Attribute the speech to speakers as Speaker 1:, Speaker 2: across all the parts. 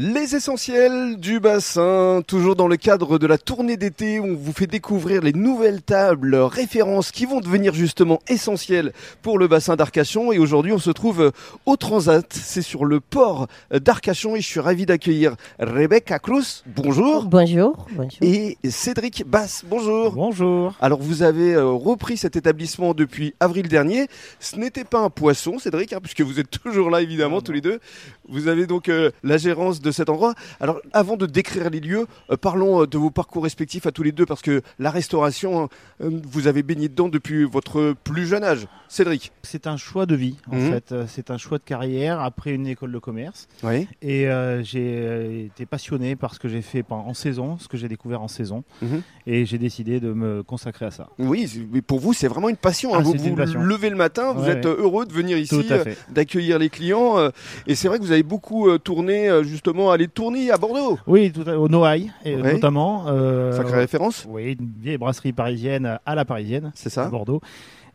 Speaker 1: Les essentiels du bassin, toujours dans le cadre de la tournée d'été où on vous fait découvrir les nouvelles tables références qui vont devenir justement essentielles pour le bassin d'Arcachon. Et aujourd'hui, on se trouve au Transat, c'est sur le port d'Arcachon et je suis ravi d'accueillir Rebecca Cruz. Bonjour.
Speaker 2: Bonjour. bonjour.
Speaker 1: Et Cédric Bass. Bonjour.
Speaker 3: Bonjour.
Speaker 1: Alors, vous avez euh, repris cet établissement depuis avril dernier. Ce n'était pas un poisson, Cédric, hein, puisque vous êtes toujours là, évidemment, tous les deux. Vous avez donc euh, la gérance de de cet endroit. Alors, avant de décrire les lieux, euh, parlons euh, de vos parcours respectifs à tous les deux, parce que la restauration, euh, vous avez baigné dedans depuis votre plus jeune âge. Cédric
Speaker 3: C'est un choix de vie, en
Speaker 1: Mhm.
Speaker 3: fait. Euh, C'est un choix de carrière après une école de commerce.
Speaker 1: Oui.
Speaker 3: Et euh, j'ai euh, été passionné par ce que j'ai fait pen- en saison, ce que j'ai découvert en saison.
Speaker 1: Mhm.
Speaker 3: Et j'ai décidé de me consacrer à ça.
Speaker 1: Oui, c'est- mais pour vous, c'est vraiment une passion. hein.
Speaker 3: Ah,
Speaker 1: vous
Speaker 3: c'est une
Speaker 1: vous
Speaker 3: passion.
Speaker 1: levez le matin, vous
Speaker 3: Ouais,
Speaker 1: êtes
Speaker 3: ouais.
Speaker 1: euh, heureux de venir ici,
Speaker 3: Tout à
Speaker 1: euh,
Speaker 3: fait.
Speaker 1: d'accueillir les clients. euh, et c'est vrai que vous avez beaucoup euh, tourné, euh, justement, aller tourner à Bordeaux.
Speaker 3: Oui, tout à- au Noailles, et
Speaker 1: Ouais.
Speaker 3: notamment. euh,
Speaker 1: Sacrée référence,
Speaker 3: Oui, une vieille brasserie parisienne à la parisienne,
Speaker 1: c'est
Speaker 3: à
Speaker 1: ça
Speaker 3: Bordeaux.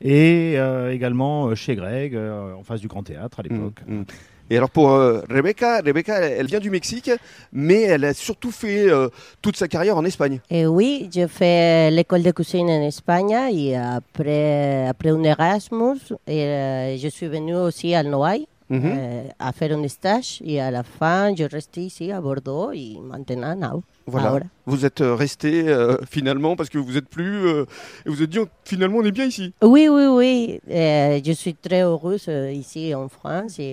Speaker 3: Et euh, également euh, chez Greg, euh, en face du Grand Théâtre à l'époque.
Speaker 1: Mm, mm. Et alors pour euh, Rebecca, Rebecca, elle elle vient du Mexique, mais elle a surtout fait euh, toute sa carrière en Espagne.
Speaker 2: Et oui, j'ai fait l'école de cuisine en Espagne et après, après un Erasmus, et, euh, je suis venu aussi à Noailles
Speaker 1: Mhm.
Speaker 2: euh, à faire un stage et à la fin, je restais ici à Bordeaux et maintenant, now.
Speaker 1: Ah, Voilà.
Speaker 2: Ahora.
Speaker 1: Vous êtes resté euh, finalement parce que vous êtes plus euh, et vous êtes dit oh, finalement on est bien ici.
Speaker 2: Oui, oui, oui, euh, je suis très heureuse euh, ici en France et,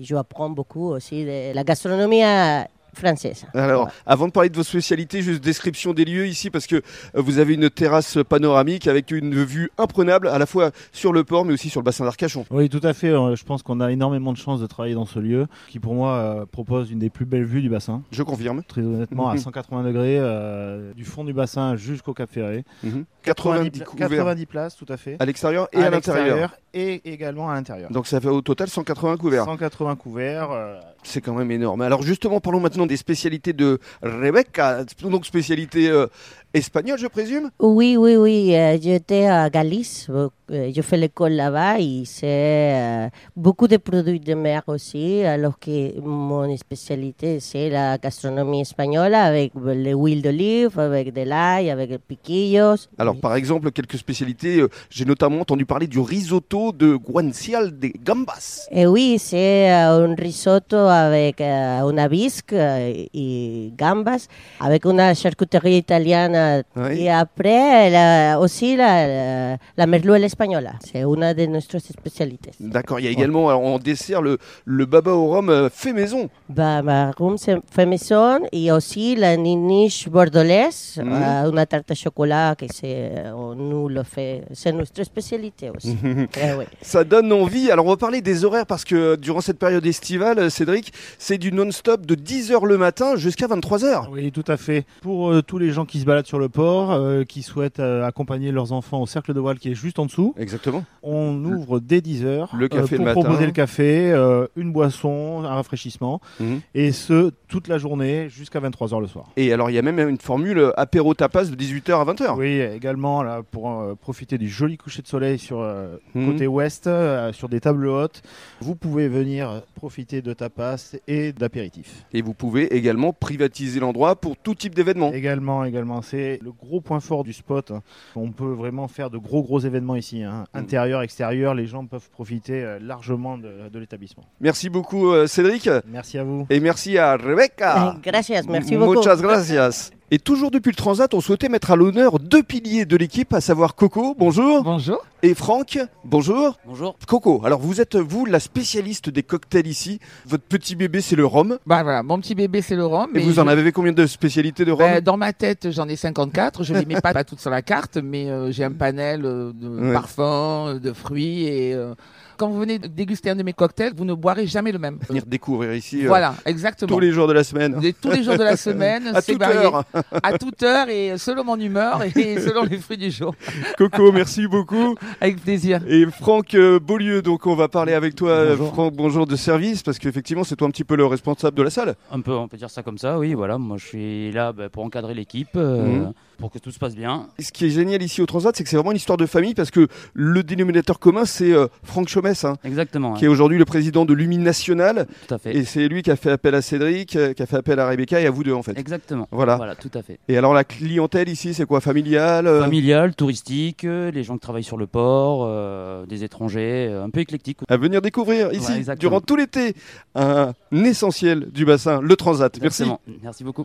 Speaker 2: et je apprends beaucoup aussi de la gastronomie euh, française.
Speaker 1: Alors, avant de parler de vos spécialités, juste description des lieux ici parce que euh, vous avez une terrasse panoramique avec une vue imprenable à la fois sur le port mais aussi sur le bassin d'Arcachon.
Speaker 3: Oui, tout à fait. Euh, Je pense qu'on a énormément de chance de travailler dans ce lieu qui, pour moi, euh, propose une des plus belles vues du bassin.
Speaker 1: Je confirme.
Speaker 3: Très honnêtement, à
Speaker 1: Mhm.
Speaker 3: 180 degrés, euh, du fond du bassin jusqu'au Cap Ferré.
Speaker 1: Mhm. 90
Speaker 3: pla-
Speaker 1: couverts
Speaker 3: 90 places, tout à fait.
Speaker 1: à l'extérieur et à, l'intérieur.
Speaker 3: Et également à l'intérieur.
Speaker 1: Donc ça fait au total 180 couverts.
Speaker 3: 180 couverts. euh,
Speaker 1: C'est quand même énorme. Alors justement, parlons maintenant des spécialités de Rebecca. Donc spécialité euh, espagnole, je présume.
Speaker 2: Oui, oui, oui. euh, J'étais à Galice. euh, Je fais l'école là-bas et c'est euh, beaucoup de produits de mer aussi. Alors que mon spécialité, c'est la gastronomie espagnole avec les huiles d'olive, avec de l'ail, avec les piquillos.
Speaker 1: Alors, par exemple, quelques spécialités. euh, J'ai notamment entendu parler du risotto de guanciale des gambas.
Speaker 2: Et Eh, oui, c'est euh, un risotto avec euh, una bisque euh, et gambas, avec une charcuterie italienne.
Speaker 1: Oui.
Speaker 2: Et après, la- aussi la, la, la merluelle espagnole. C'est une de nos spécialités.
Speaker 1: D'accord, il y a également alors, en dessert le, le baba au rhum euh, fait maison.
Speaker 2: Bah, ma room se fait maison et aussi la niche bordelaise,
Speaker 1: Mhm.
Speaker 2: euh, une tarte au chocolat que c'est, on nous le fait, c'est notre spécialité aussi. Eh oui.
Speaker 1: Ça donne envie. Alors, on va parler des horaires parce que euh, durant cette période estivale, euh, Cédric, c'est du non-stop de 10h le matin jusqu'à 23h.
Speaker 3: Oui, tout à fait. Pour euh, tous les gens qui se baladent sur le port, euh, qui souhaitent euh, accompagner leurs enfants au cercle de voile qui est juste en dessous,
Speaker 1: Exactement.
Speaker 3: on ouvre dès 10h
Speaker 1: Le café le
Speaker 3: pour
Speaker 1: matin.
Speaker 3: proposer le café, euh, une boisson, un rafraîchissement,
Speaker 1: Mhm.
Speaker 3: et ce, toute la journée jusqu'à 23h le soir.
Speaker 1: Et alors, il y a même une formule euh, apéro tapas de 18h à 20h.
Speaker 3: Oui, également là, pour euh, profiter du joli coucher de soleil sur euh,
Speaker 1: Mhm.
Speaker 3: côté ouest, euh, sur des tables hautes, vous pouvez venir profiter de tapas et d'apéritifs.
Speaker 1: Et vous pouvez également privatiser l'endroit pour tout type d'événement.
Speaker 3: Également, également, c'est le gros point fort du spot. On peut vraiment faire de gros gros événements ici, hein.
Speaker 1: Mhm.
Speaker 3: intérieur, extérieur, les gens peuvent profiter euh, largement de, de l'établissement.
Speaker 1: Merci beaucoup, euh, Cédric.
Speaker 3: Merci à vous.
Speaker 1: Et merci à Rebecca.
Speaker 2: Eh, Gracias, merci beaucoup.
Speaker 1: Muchas gracias. Et toujours depuis le Transat, on souhaitait mettre à l'honneur deux piliers de l'équipe, à savoir Coco, bonjour,
Speaker 4: Bonjour.
Speaker 1: et Franck, bonjour.
Speaker 4: Bonjour.
Speaker 1: Coco, alors vous êtes, vous, la spécialiste des cocktails ici. Votre petit bébé, c'est le rhum.
Speaker 4: Bah voilà, mon petit bébé c'est le rhum.
Speaker 1: Et
Speaker 4: mais
Speaker 1: vous en
Speaker 4: je-
Speaker 1: avez combien de spécialités de rhum
Speaker 4: Bah, dans ma tête, j'en ai 54. Je les mets pas, pas toutes sur la carte, mais euh, j'ai un panel euh, de
Speaker 1: Ouais.
Speaker 4: parfums, euh, de fruits. Et euh, quand vous venez déguster un de mes cocktails, vous ne boirez jamais le même.
Speaker 1: Venir découvrir ici euh,
Speaker 4: Voilà, exactement.
Speaker 1: tous les jours de la semaine.
Speaker 4: Des- tous les jours de la semaine,
Speaker 1: À
Speaker 4: c'est
Speaker 1: toute
Speaker 4: varié.
Speaker 1: heure.
Speaker 4: À toute heure et selon mon humeur et selon les fruits du jour.
Speaker 1: Coco, merci beaucoup.
Speaker 4: Avec plaisir.
Speaker 1: Et Franck euh, Beaulieu, donc on va parler avec toi, euh,
Speaker 5: Bonjour.
Speaker 1: Franck, bonjour de service, parce qu'effectivement, c'est toi un petit peu le responsable de la salle.
Speaker 5: Un peu, on peut dire ça comme ça, oui, voilà. Moi, je suis là bah, pour encadrer l'équipe,
Speaker 1: Mhm.
Speaker 5: euh, pour que tout se passe bien.
Speaker 1: Ce qui est génial ici au Transat, c'est que c'est vraiment une histoire de famille parce que le dénominateur commun, c'est euh, Franck Metz, hein,
Speaker 5: Exactement.
Speaker 1: qui est aujourd'hui le président de l'UMI National.
Speaker 5: ouais, Tout à fait.
Speaker 1: Et c'est lui qui a fait appel à Cédric, euh, qui a fait appel à Rebecca et à vous deux, en fait.
Speaker 5: Exactement.
Speaker 1: Voilà.
Speaker 5: Voilà, tout à fait.
Speaker 1: Et alors, la clientèle ici, c'est quoi Familiale euh,
Speaker 5: Familial, touristique, euh, les gens qui travaillent sur le port, euh, des étrangers, euh, un peu éclectique.
Speaker 1: À venir découvrir
Speaker 5: Ouais,
Speaker 1: ici,
Speaker 5: exactement.
Speaker 1: durant tout l'été, un essentiel du bassin, le Transat. Merci.
Speaker 5: Exactement. Merci beaucoup.